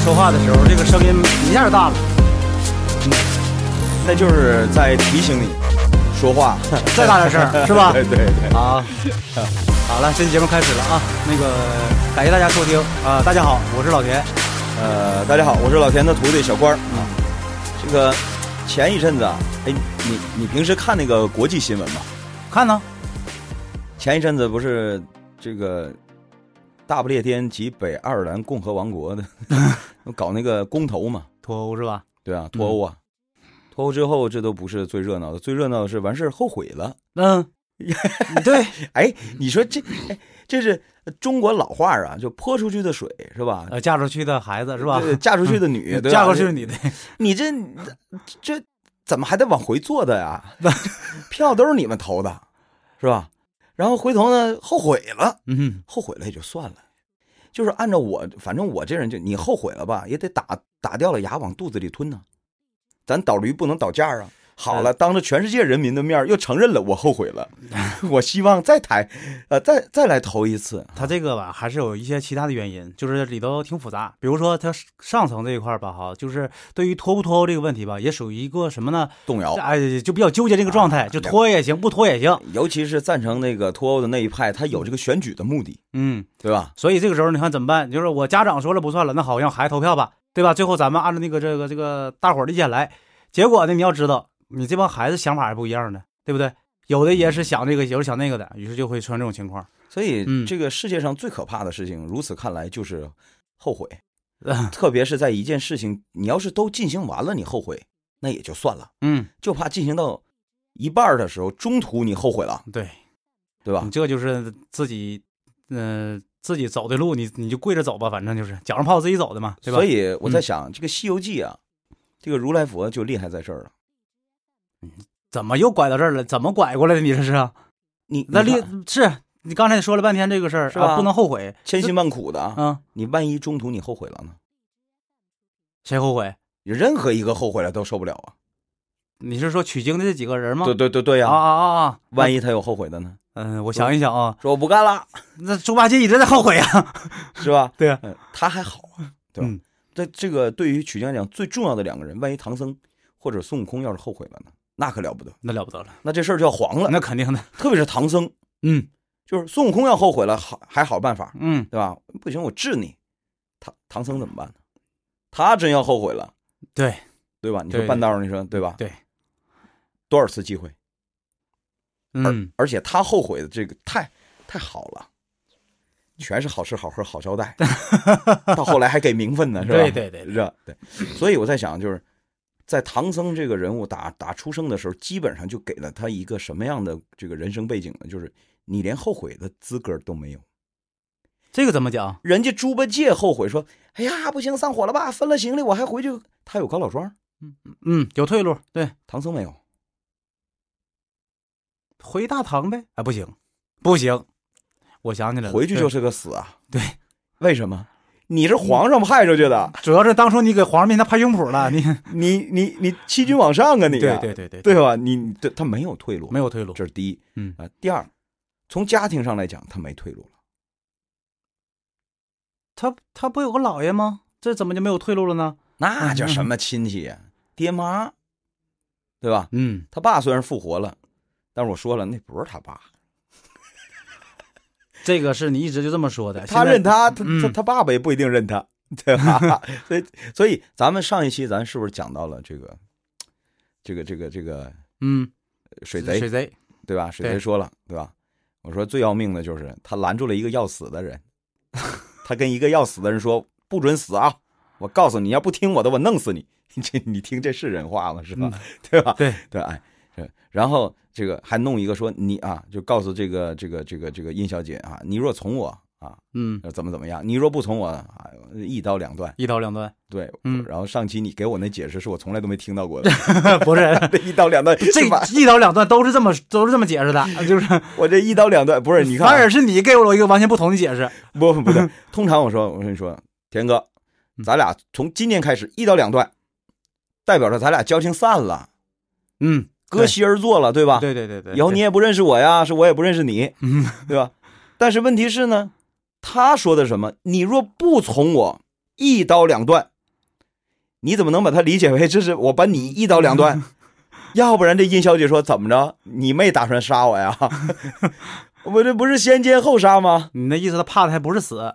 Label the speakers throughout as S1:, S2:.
S1: 说话的时候，这个声音一下就大了。
S2: 那就是在提醒你说话，
S1: 再大点 声是吧
S2: 对对对。
S1: 啊，好了，这期节目开始了啊。那个，感谢大家收听啊、大家好，我是老田。嗯
S2: 呃，大家好，我是老田的徒弟小官儿啊。这个前一阵子啊，哎，你你平时看那个国际新闻吗？
S1: 看呢，
S2: 前一阵子不是这个大不列颠及北爱尔兰共和 王国的搞那个公投嘛？
S1: 脱欧是吧？
S2: 对啊，脱欧啊，
S1: 嗯
S2: 脱欧之后这都不是最热闹的，最热闹的是完事儿后悔了。
S1: 嗯，对，
S2: 哎，
S1: 嗯
S2: 你说这，哎，这是中国老话儿啊，就泼出去的水是吧？
S1: 呃，嫁出去的孩子是吧？ 嗯
S2: 对嫁出去的女，对吧
S1: 嫁过去你的，
S2: 你这这怎么还得往回坐 的呀？票都是你们投的，是吧？然后回头呢，后悔了，
S1: 嗯，
S2: 后悔了也就算了。就是按照我，反正我这人就你后悔了吧，也得打打掉了牙往肚子里吞呐、咱倒驴不能倒架啊。好了，当着全世界人民的面儿又承认了我后悔了，我希望再抬，呃，再再来投一次。
S1: 他这个吧，还是有一些其他的原因，就是里头挺复杂。比如说，他上层这一块儿吧，哈，就是对于脱不脱欧这个问题吧，也属于一个什么呢？
S2: 动摇，
S1: 哎，就比较纠结这个状态，就脱也行，不脱也行。
S2: 尤其是赞成那个脱欧的那一派，他有这个选举的目的，
S1: 嗯，
S2: 对吧？
S1: 所以这个时候你看怎么办？就是我家长说了不算了，那好，让孩子投票吧，对吧？最后咱们按照那个这个这个大伙儿的意见来。结果呢，你要知道，你这帮孩子想法还不一样呢，对不对？有的也是想这个，有的想那个的，于是就会出现这种情况。
S2: 所以
S1: 嗯
S2: 这个世界上最可怕的事情，如此看来就是后悔，特别是在一件事情，你要是都进行完了，你后悔那也就算了，
S1: 嗯，
S2: 就怕进行到一半儿的时候，中途你后悔了，
S1: 对。
S2: 对吧
S1: 你？这就是自己，嗯、自己走的路，你你就跪着走吧，反正就是脚上泡自己走的嘛，对吧？嗯
S2: 所以我在想，这个《西游记》啊，这个如来佛就厉害在这儿了。
S1: 怎么又拐到这儿了？怎么拐过来的？你这是啊？
S2: 你
S1: 那
S2: 你
S1: 厉
S2: 看
S1: 是你刚才说了半天这个事儿
S2: 是吧
S1: 啊，不能后悔
S2: 千辛万苦的啊，
S1: 啊！
S2: 你万一中途你后悔了呢？
S1: 谁后悔？
S2: 任何一个后悔了都受不了啊！
S1: 你是说取经的这几个人吗？
S2: 对对对对
S1: 啊
S2: 呀、
S1: 啊啊啊！
S2: 万一他有后悔的呢？
S1: 嗯、我想一想啊，
S2: 说我不干 了，
S1: 那猪八戒一直在后悔啊。
S2: 是吧？
S1: 对啊
S2: 嗯，他还好啊，对吧
S1: 嗯？
S2: 这、这个对于曲江来讲最重要的两个人，万一唐僧或者孙悟空要是后悔了呢，那可了不得，
S1: 那了不得了，
S2: 那这事儿就要黄了。
S1: 那肯定的。
S2: 特别是唐僧，
S1: 嗯
S2: 就是孙悟空要后悔了，好还好办法，
S1: 嗯，
S2: 对吧？不行，我治你。唐唐僧怎么办呢？他真要后悔了，
S1: 对，
S2: 对吧？你说
S1: 对
S2: 半道儿，你说对吧？
S1: 对，
S2: 多少次机会，
S1: 嗯，
S2: 而且他后悔的这个太太好了。全是好吃好喝好招待，到后来还给名分呢，是吧？
S1: 对 对对对
S2: 是吧？对，所以我在想，就是在唐僧这个人物打打出生的时候，基本上就给了他一个什么样的这个人生背景呢？就是你连后悔的资格都没有。
S1: 这个怎么讲？
S2: 人家猪八戒后悔说：“哎呀，不行，散伙了吧，分了行李，我还回去。”他有高老庄，
S1: 嗯，有退路，对，
S2: 唐僧没有。
S1: 回大唐呗。啊，不行，不行，我想起来了，
S2: 回去
S1: 呃对
S2: 就是个死啊！
S1: 对，
S2: 为什么？你是皇上派出去 的，
S1: 主要是当初你给皇上面前拍胸脯 了，你
S2: 你你你欺君往上啊！你
S1: 对
S2: 啊
S1: 对对对，
S2: 对吧？你你对他没有退路，
S1: 没有退路。
S2: 这是第一。
S1: 嗯
S2: 啊，第二，从家庭上来讲，他没退路了。
S1: 他他不有个姥爷吗？这怎么就没有退路了呢？
S2: 那叫什么亲戚呀、爹妈，对吧？
S1: 嗯，
S2: 他爸虽然复活了，但是我说了，那不是他爸，
S1: 这个是你一直就这么说的。
S2: 他认
S1: 他，
S2: 他，他他
S1: 嗯
S2: 他爸爸也不一定认他，对吧？ 所以所以咱们上一期咱是不是讲到了这个，这个这个这个
S1: 嗯，
S2: 水贼
S1: 水贼，
S2: 对吧？水贼
S1: 对
S2: 说了对吧？我说最要命的就是他拦住了一个要死的人， 他跟一个要死的人说不准死啊！我告诉你，要不听我的，我弄死你！这你听这是人话吗？是吧？对吧？
S1: 嗯对
S2: 对，哎，这然后这个还弄一个说你啊，就告诉这个这个这个这个殷小姐啊，你若从我啊，
S1: 嗯，
S2: 呃怎么怎么样，你若不从我啊，一刀两断。
S1: 一刀两断，
S2: 对，
S1: 嗯
S2: 然后上期你给我那解释是我从来都没听 到过的，
S1: 不是
S2: 这一刀两断，
S1: 这
S2: 是吧
S1: 一刀两断都是这么都是这么解 释的，就是
S2: 我这一刀两断不是你看啊，
S1: 反而是你给了我一个完全不同的解释。
S2: 不 不对，通常我说我跟你说，田哥，
S1: 嗯
S2: 咱俩从今天开始一刀两断，代表着咱俩交情散了，
S1: 嗯，
S2: 隔席而坐了，对吧？
S1: 对对对对，
S2: 以后你也不认识我呀，是我也不认识你，
S1: 嗯
S2: 对吧？但是问题是呢，他说的什么？你若不从我一刀两断，你怎么能把它理解为这是我把你一刀两 断？要不然这殷小姐说怎么着？你妹打算杀我呀？ 我这不是先奸后杀吗？
S1: 你那意思他怕的还不是死，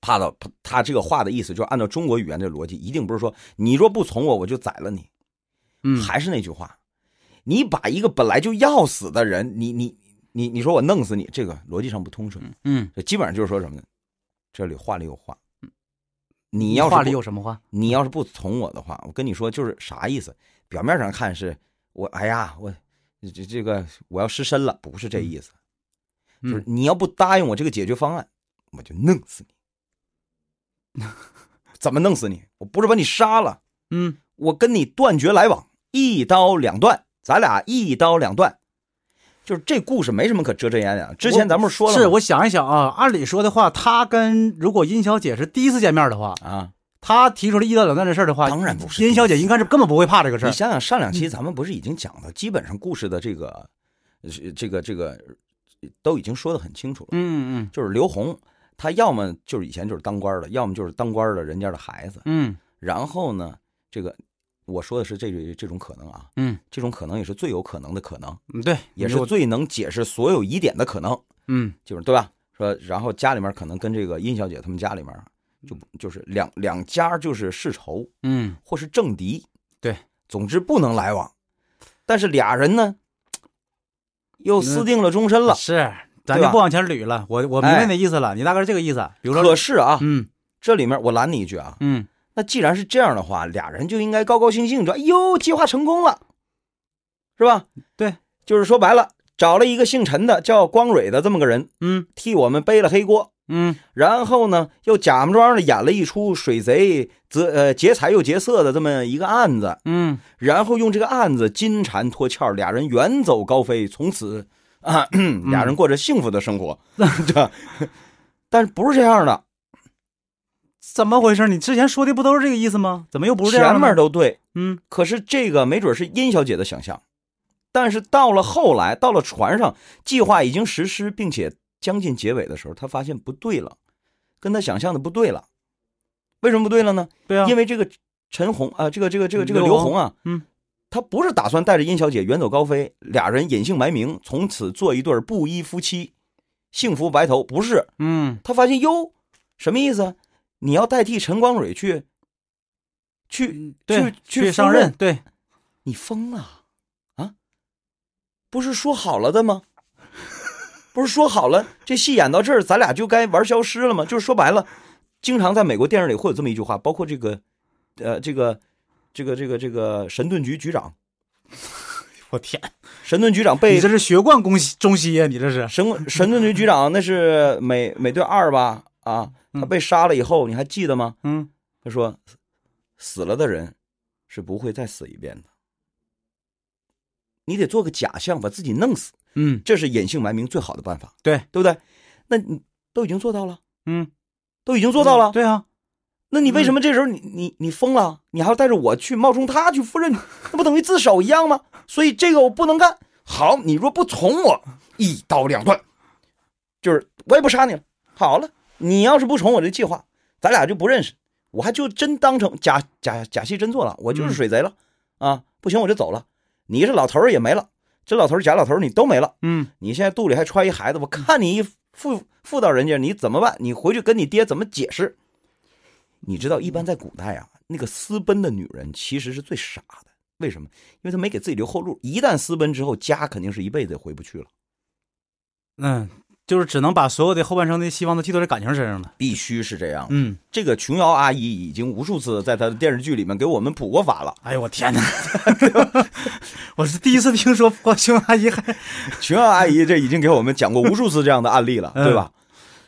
S2: 怕到他他这个话的意思，就是按照中国语言的逻辑，一定不是说你若不从我，我就宰了你。
S1: 嗯，
S2: 还是那句话，你把一个本来就要死的人，你你你你说我弄死你，这个逻辑上不通顺。
S1: 嗯，
S2: 这基本上就是说什么呢？这里话里有话，你要是
S1: 话里
S2: 不
S1: 有什么话？
S2: 你要是不从我的话，我跟你说就是啥意思？表面上看是我，哎呀，我这这个我要失身了，不是这意思，
S1: 嗯
S2: 就是你要不答应我这个解决方案，我就弄死 你。怎么弄死你？我不是把你杀了，
S1: 嗯，
S2: 我跟你断绝来往，一刀两断，咱俩一刀两断。就是这故事没什么可遮遮掩掩的。之前咱们说了嘛，
S1: 是我想一想啊，按理说的话，他跟如果殷小姐是第一次见面的话，
S2: 啊，
S1: 他提出了一刀两断的事儿的话，
S2: 当然不是
S1: 殷小姐应该是嗯根本不会怕这个事
S2: 你
S1: 儿。
S2: 想想上两期咱们不是已经讲到，基本上故事的这个，呃这个这个都已经说的很清楚了。
S1: 嗯嗯
S2: 就是刘宏，他要么就是以前就是当官的，要么就是当官的人家的孩子。
S1: 嗯
S2: 然后呢，这个我说的是这这种可能啊，
S1: 嗯
S2: 这种可能也是最有可能的可能，
S1: 嗯，对，
S2: 也
S1: 你
S2: 是
S1: 说
S2: 最能解释所有疑点的可能，
S1: 嗯
S2: 就是对吧？说然后家里面可能跟这个殷小姐他们家里面就就是两两家就是世仇，
S1: 嗯
S2: 或是政敌，
S1: 对，
S2: 总之不能来往。但是俩人呢，又私定了终身了。
S1: 嗯是，咱
S2: 对
S1: 就
S2: 吧
S1: 不往前捋了。我我明白
S2: 哎
S1: 那意思了，你大概是这个意思。比如
S2: 可
S1: 说，
S2: 是啊，
S1: 嗯
S2: 这里面我拦你一句啊，
S1: 嗯，
S2: 那既然是这样的话，俩人就应该高高兴兴说：“哎呦，计划成功了，是吧？”
S1: 对，
S2: 就是说白了，找了一个姓陈的叫光蕊的这么个人，
S1: 嗯
S2: 替我们背了黑锅。
S1: 嗯
S2: 然后呢，又假模装的演了一出水贼劫呃劫财又劫色的这么一个案子，
S1: 嗯
S2: 然后用这个案子金蝉脱壳，俩人远走高飞，从此啊， 咳俩人过着幸福的生活。
S1: 嗯
S2: 这， 但是不是这样的？
S1: 怎么回事？你之前说的不都是这个意思吗？怎么又不是这样
S2: 前
S1: 了呢？
S2: 面都对，
S1: 嗯
S2: 可是这个没准是殷小姐的想象，但是到了后来，到了船上，计划已经实施，并且将近结尾的时候，她发现不对了，跟她想象的不对了。为什么不对了呢？
S1: 对啊，
S2: 因
S1: 为
S2: 为这个陈红啊、这个这个这个这个
S1: 刘
S2: 刘
S1: 红
S2: 红啊，
S1: 嗯，
S2: 他不是打算带着殷小姐远走高飞，俩人隐姓埋名，从此做一对儿布衣夫妻，幸福白头。不是，
S1: 嗯
S2: 他发现哟，什么意思啊？你要代替陈光蕊去，去
S1: 嗯对
S2: 去去
S1: 上
S2: 赴
S1: 任
S2: 任
S1: 对，
S2: 你疯了啊？不是说好了的吗？不是说好了，这戏演到这儿，咱俩就该玩消失了吗？就是说白了，经常在美国电影里会有这么一句话，包括这个，呃，这个，这个，这个，这个神盾局局长，
S1: 我天，
S2: 神盾局长被
S1: 你这是学贯中西中西呀？你这是
S2: 神神盾局局长那是美美队二吧？啊，
S1: 嗯
S2: 他被杀了以后，你还记得吗？
S1: 嗯
S2: 他说，死了的人是不会再死一遍的，你得做个假象，把自己弄死。
S1: 嗯
S2: 这是隐姓埋名最好的办法，
S1: 对
S2: 对不对？那你都已经做到了，
S1: 嗯，
S2: 都已经做到了，
S1: 对啊，
S2: 那你为什么这时候你你你疯了？你还要带着我去冒充他去赴任， 那不等于自首一样吗？所以这个我不能干。好，你若不从我，一刀两断，就是我也不杀你了。好了，你要是不从我这计划，咱俩就不认识，我还就真当成假假假戏真做了，我
S1: 嗯
S2: 就是水贼了、啊！不行，我就走了。你是老头儿也没了，这老头儿假老头儿你都没了。
S1: 嗯
S2: 你现在肚里还揣一孩子，我看你一妇妇到人家，你怎么办？你回去跟你爹怎么解释？你知道，一
S1: 嗯
S2: 般在古代啊，那个私奔的女人其实是最傻的。为什么？因为她没给自己留后路。一旦私奔之后，家肯定是一辈子也回不去了，
S1: 嗯，就是只能把所有的后半生的希望都寄托在感情身上了。
S2: 必须是这样。
S1: 嗯，
S2: 这个琼瑶阿姨已经无数次在她的电视剧里面给我们普过法了。
S1: 哎呦我天哪， 我是第一次听说我兄阿姨还
S2: 琼瑶阿姨这已经给我们讲过无数次这样的 案例了，
S1: 嗯
S2: 对吧？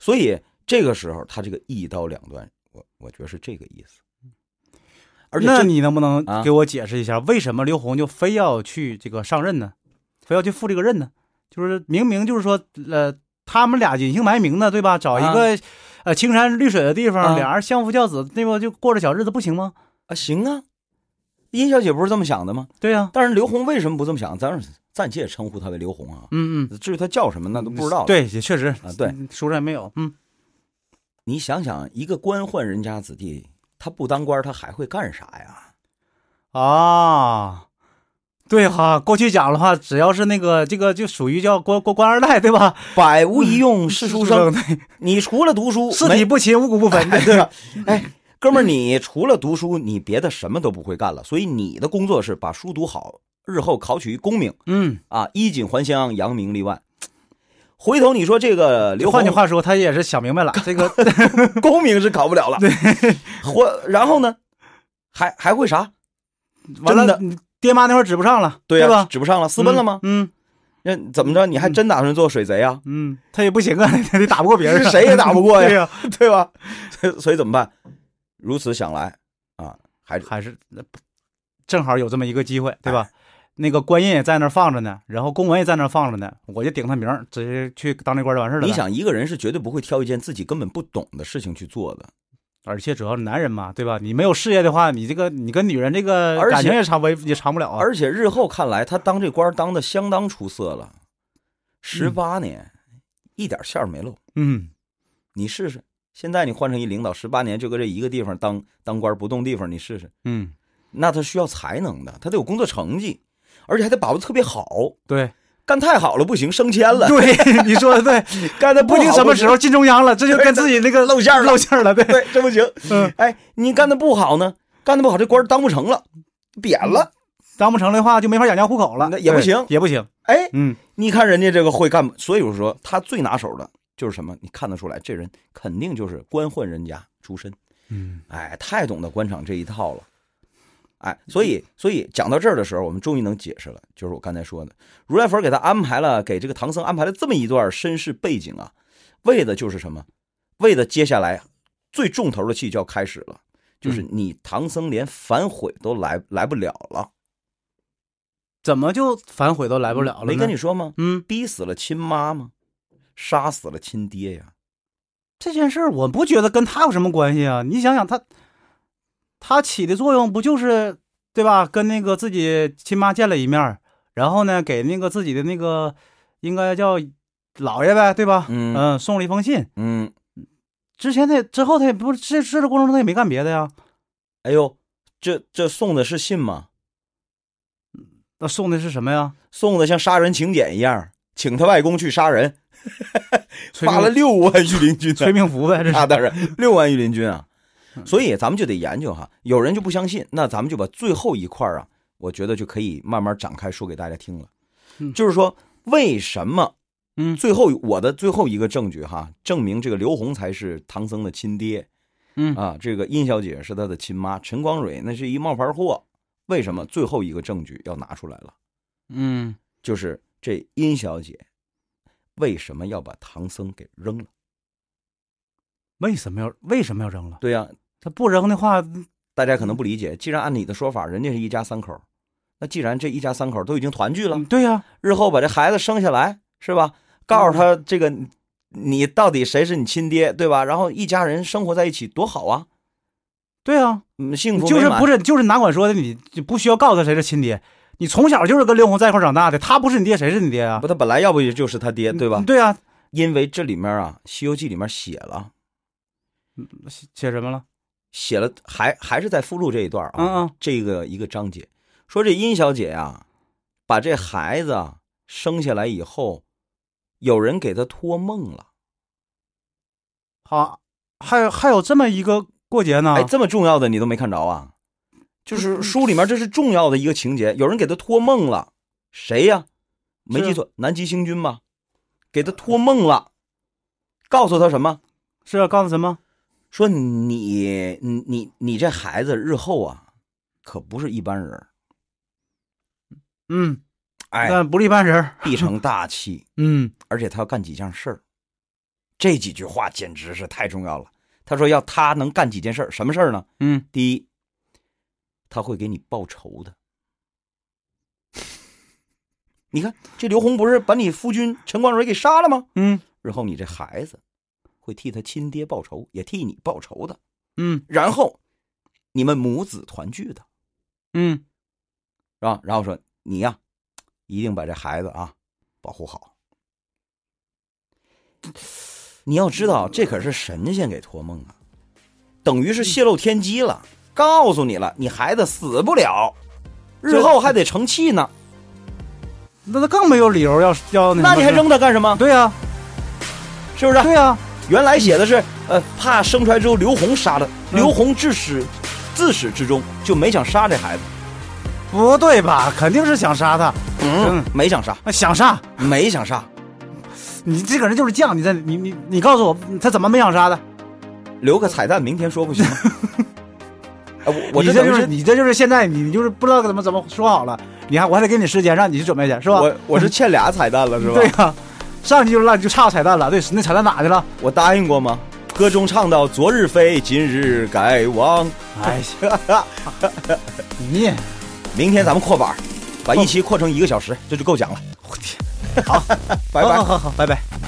S2: 所以这个时候，她这个一刀两断，我我觉得是这个意思。而且
S1: 那
S2: 这
S1: 你能不能
S2: 啊
S1: 给我解释一下，为什么刘宏就非要去这个上任呢？非要去赴这个任呢？就是明明就是说，呃，他们俩隐姓埋名的，对吧？找一个、呃青山绿水的地方，
S2: 啊
S1: 俩人相夫教子，那不就过着小日子不行吗？
S2: 啊，行啊，殷小姐不是这么想的吗？
S1: 对呀、
S2: 但是刘红为什么不这么想？咱暂且称呼她为刘红啊，
S1: 嗯嗯，
S2: 至于她叫什么，那都不知道了。
S1: 对，也确实
S2: 啊，对
S1: 嗯书上也没有。嗯，
S2: 你想想，一个官宦人家子弟，他不当官，他还会干啥呀？
S1: 啊，对哈，过去讲的话，只要是那个这个就属于叫官官官二代，对吧？
S2: 百无一用是书生，
S1: 对，
S2: 你除了读书，
S1: 尸
S2: 没
S1: 体不勤，五谷不分，对
S2: 对吧？哎，哥们儿，你除了读书，你别的什么都不会干了，所以你的工作是把书读好，日后考取功名
S1: 嗯，
S2: 啊，衣锦还乡，扬名立万。回头你说这个刘
S1: 换
S2: 宏
S1: 句，话说，他也是想明白了，这个
S2: 功名是考不了了，对，或然后呢，还还会啥？
S1: 完
S2: 真
S1: 了
S2: 的，
S1: 你爹妈那会儿指不上了，
S2: 对呀、
S1: 吧？
S2: 指不上了，私奔了吗？
S1: 嗯
S2: 那、怎么着？你还真打算做水贼啊？
S1: 嗯，他也不行啊， 他得打不过别人啊，
S2: 谁也打不过 呀
S1: 对呀，
S2: 对吧？ 所以所以怎么办？如此想来啊，还
S1: 还是正好有这么一个机会，对
S2: 哎
S1: 吧？那个官印也在那儿放着呢，然后公文也在那儿放着呢，我就顶他名儿，直接去当那官就完事儿了。
S2: 你，想一个人是绝对不会挑一件自己根本不懂的事情去做
S1: 啊
S2: 的，
S1: 而且主要是男人嘛，对吧？你没有事业的话，你这个你跟女人这个
S2: 而且
S1: 感情也长维也长不了啊。
S2: 而且日后看来，他当这官儿当的相当出色了，十八年、一点馅儿没漏。
S1: 嗯，
S2: 你试试，现在你换成一领导，十八年就搁这一个地方当当官儿不动地方，你试试，
S1: 嗯，
S2: 那他需要才能的，他得有工作成绩，而且还得把握特别好，
S1: 对
S2: 干太好了不行，升迁了，
S1: 对， 你说的 对，
S2: 干的
S1: 不
S2: 好
S1: 定什么时候
S2: 不行
S1: 进中央了，这就跟自己那个
S2: 露馅儿了
S1: 露馅儿了，对，
S2: 对，这不行。
S1: 嗯，
S2: 哎，你干的不好呢，干的不好这官儿当不成了，贬了。
S1: 当不成的话就没法养家糊口了，
S2: 那也不
S1: 对
S2: 行
S1: 也不行，
S2: 哎，
S1: 嗯，
S2: 你看人家这个会干，所以我说他最拿手的就是什么？你看得出来，这人肯定就是官宦人家出身，
S1: 嗯，
S2: 哎，太懂得官场这一套了，哎，所以所以讲到这儿的时候，我们终于能解释了，就是我刚才说的，如来佛给他安排了，给这个唐僧安排了这么一段身世背景啊，为的就是什么？为的接下来最重头的戏就要开始了，就是
S1: 嗯
S2: 你唐僧连反悔都来来不了了，
S1: 怎么就反悔都来不了了？
S2: 没跟你，说吗？
S1: 嗯，
S2: 逼死了亲妈吗？杀死了亲爹呀！
S1: 这件事儿我不觉得跟他有什么关系啊。你想想他，他起的作用不就是对吧？跟那个自己亲妈见了一面儿，然后呢，给那个自己的那个应该叫姥爷呗，对吧？呃
S2: 嗯
S1: 送了一封信。
S2: 嗯，之
S1: 之前他也之后他也不是这这个过程中他也没干别的呀。
S2: 哎呦，这这送的是信吗？
S1: 那送的是什么呀？
S2: 送的像杀人请柬一样，请他外公去杀人，
S1: 催
S2: 发了
S1: 命
S2: 六万御林军
S1: 催
S2: 啊！
S1: 命符呗，这是。
S2: 那当然，六万御林军啊！所以咱们就得研究哈，有人就不相信，那咱们就把最后一块儿啊，我觉得就可以慢慢展开说给大家听了。
S1: 嗯
S2: 就是说，为什么
S1: 嗯
S2: 最后我的最后一个证据哈，证明这个刘宏才是唐僧的亲爹。
S1: 嗯
S2: 啊，这个殷小姐是他的亲妈，陈光蕊那是一冒牌货。为什么最后一个证据要拿出来了？
S1: 嗯，
S2: 就是这殷小姐为什么要把唐僧给扔了？
S1: 为什么要为什么要扔了？
S2: 对呀、
S1: 他不扔的话，
S2: 大家可能不理解。既然按你的说法，人家是一家三口，那既然这一家三口都已经团聚了
S1: 嗯，对呀、
S2: 日后把这孩子生下来是吧？告诉他
S1: 嗯
S2: 这个你到底谁是你亲爹，对吧？然后一家人生活在一起多好啊，
S1: 对呀、
S2: 嗯，幸福
S1: 就是
S2: 美满
S1: 不是就是哪管说的，你就不需要告诉他谁是亲爹，你从小就是跟刘红在一块儿长大的，他不是你爹谁是你爹啊？
S2: 不，他本来要不就是他爹，对吧？
S1: 对啊，
S2: 因为这里面啊，《西游记》里面写了，
S1: 写写什么了？
S2: 写了还还是在附录这一段啊，
S1: 嗯嗯
S2: 这个一个章节说这殷小姐啊，把这孩子啊生下来以后，有人给她托梦了，
S1: 好，还有还有这么一个过节呢？
S2: 哎，这么重要的你都没看着啊？
S1: 嗯
S2: 就是书里面这是重要的一个情节，有人给她托梦了，谁呀、没记错，南极星君吧，给她托梦了，告诉她什么？
S1: 是啊告诉什么？
S2: 说你你你你这孩子日后啊，可不是一般人儿，
S1: 嗯，
S2: 哎，
S1: 但不立半人儿。
S2: 必成大器，
S1: 嗯
S2: 而且他要干几件事儿。这几句话简直是太重要了。他说要他能干几件事儿，什么事儿呢？
S1: 嗯，
S2: 第一，他会给你报仇的。 你看，这刘宏不是把你夫君陈光蕊给杀了吗？
S1: 嗯
S2: 日后你这孩子会替他亲爹报仇，也替你报仇的。
S1: 嗯
S2: 然后你们母子团聚的。
S1: 嗯
S2: 是吧？然后说你呀，一定把这孩子啊保护好。你要知道，这可是神仙给托梦啊，等于是泄露天机了，告诉你了，你孩子死不了，日后还得成器呢。
S1: 那他更没有理由要要那什么
S2: 那你还扔它干什么？
S1: 对呀、
S2: 是不是？
S1: 对啊呀、
S2: 原来写的是，呃，怕生出来之后刘洪杀了，
S1: 嗯
S2: 刘洪至始自始至终就没想杀这孩子，
S1: 不对吧？肯定是想杀他，嗯，
S2: 没想杀，
S1: 啊想杀
S2: 没想杀。
S1: 你这个人就是犟，你在你你你告诉我他怎么没想杀的？
S2: 留个彩蛋，明天 说不行吗。哎，我我
S1: 你
S2: 这
S1: 这
S2: 等于
S1: 就是
S2: 是
S1: 你这就是现在你你就是不知道怎么怎么说好了，你还我还得给你时间让你去准备去是吧？
S2: 我我是欠俩彩蛋了是吧？
S1: 对呀、啊上去就烂就差彩蛋了，对，那彩蛋哪去了？
S2: 我答应过吗？歌中唱到“昨日非，今日该忘
S1: 哎呀， 你也”，
S2: 明天咱们扩板儿，把一期扩成一个小时，这就够讲了。
S1: 我天，
S2: 拜拜
S1: 哦好。好好，拜拜。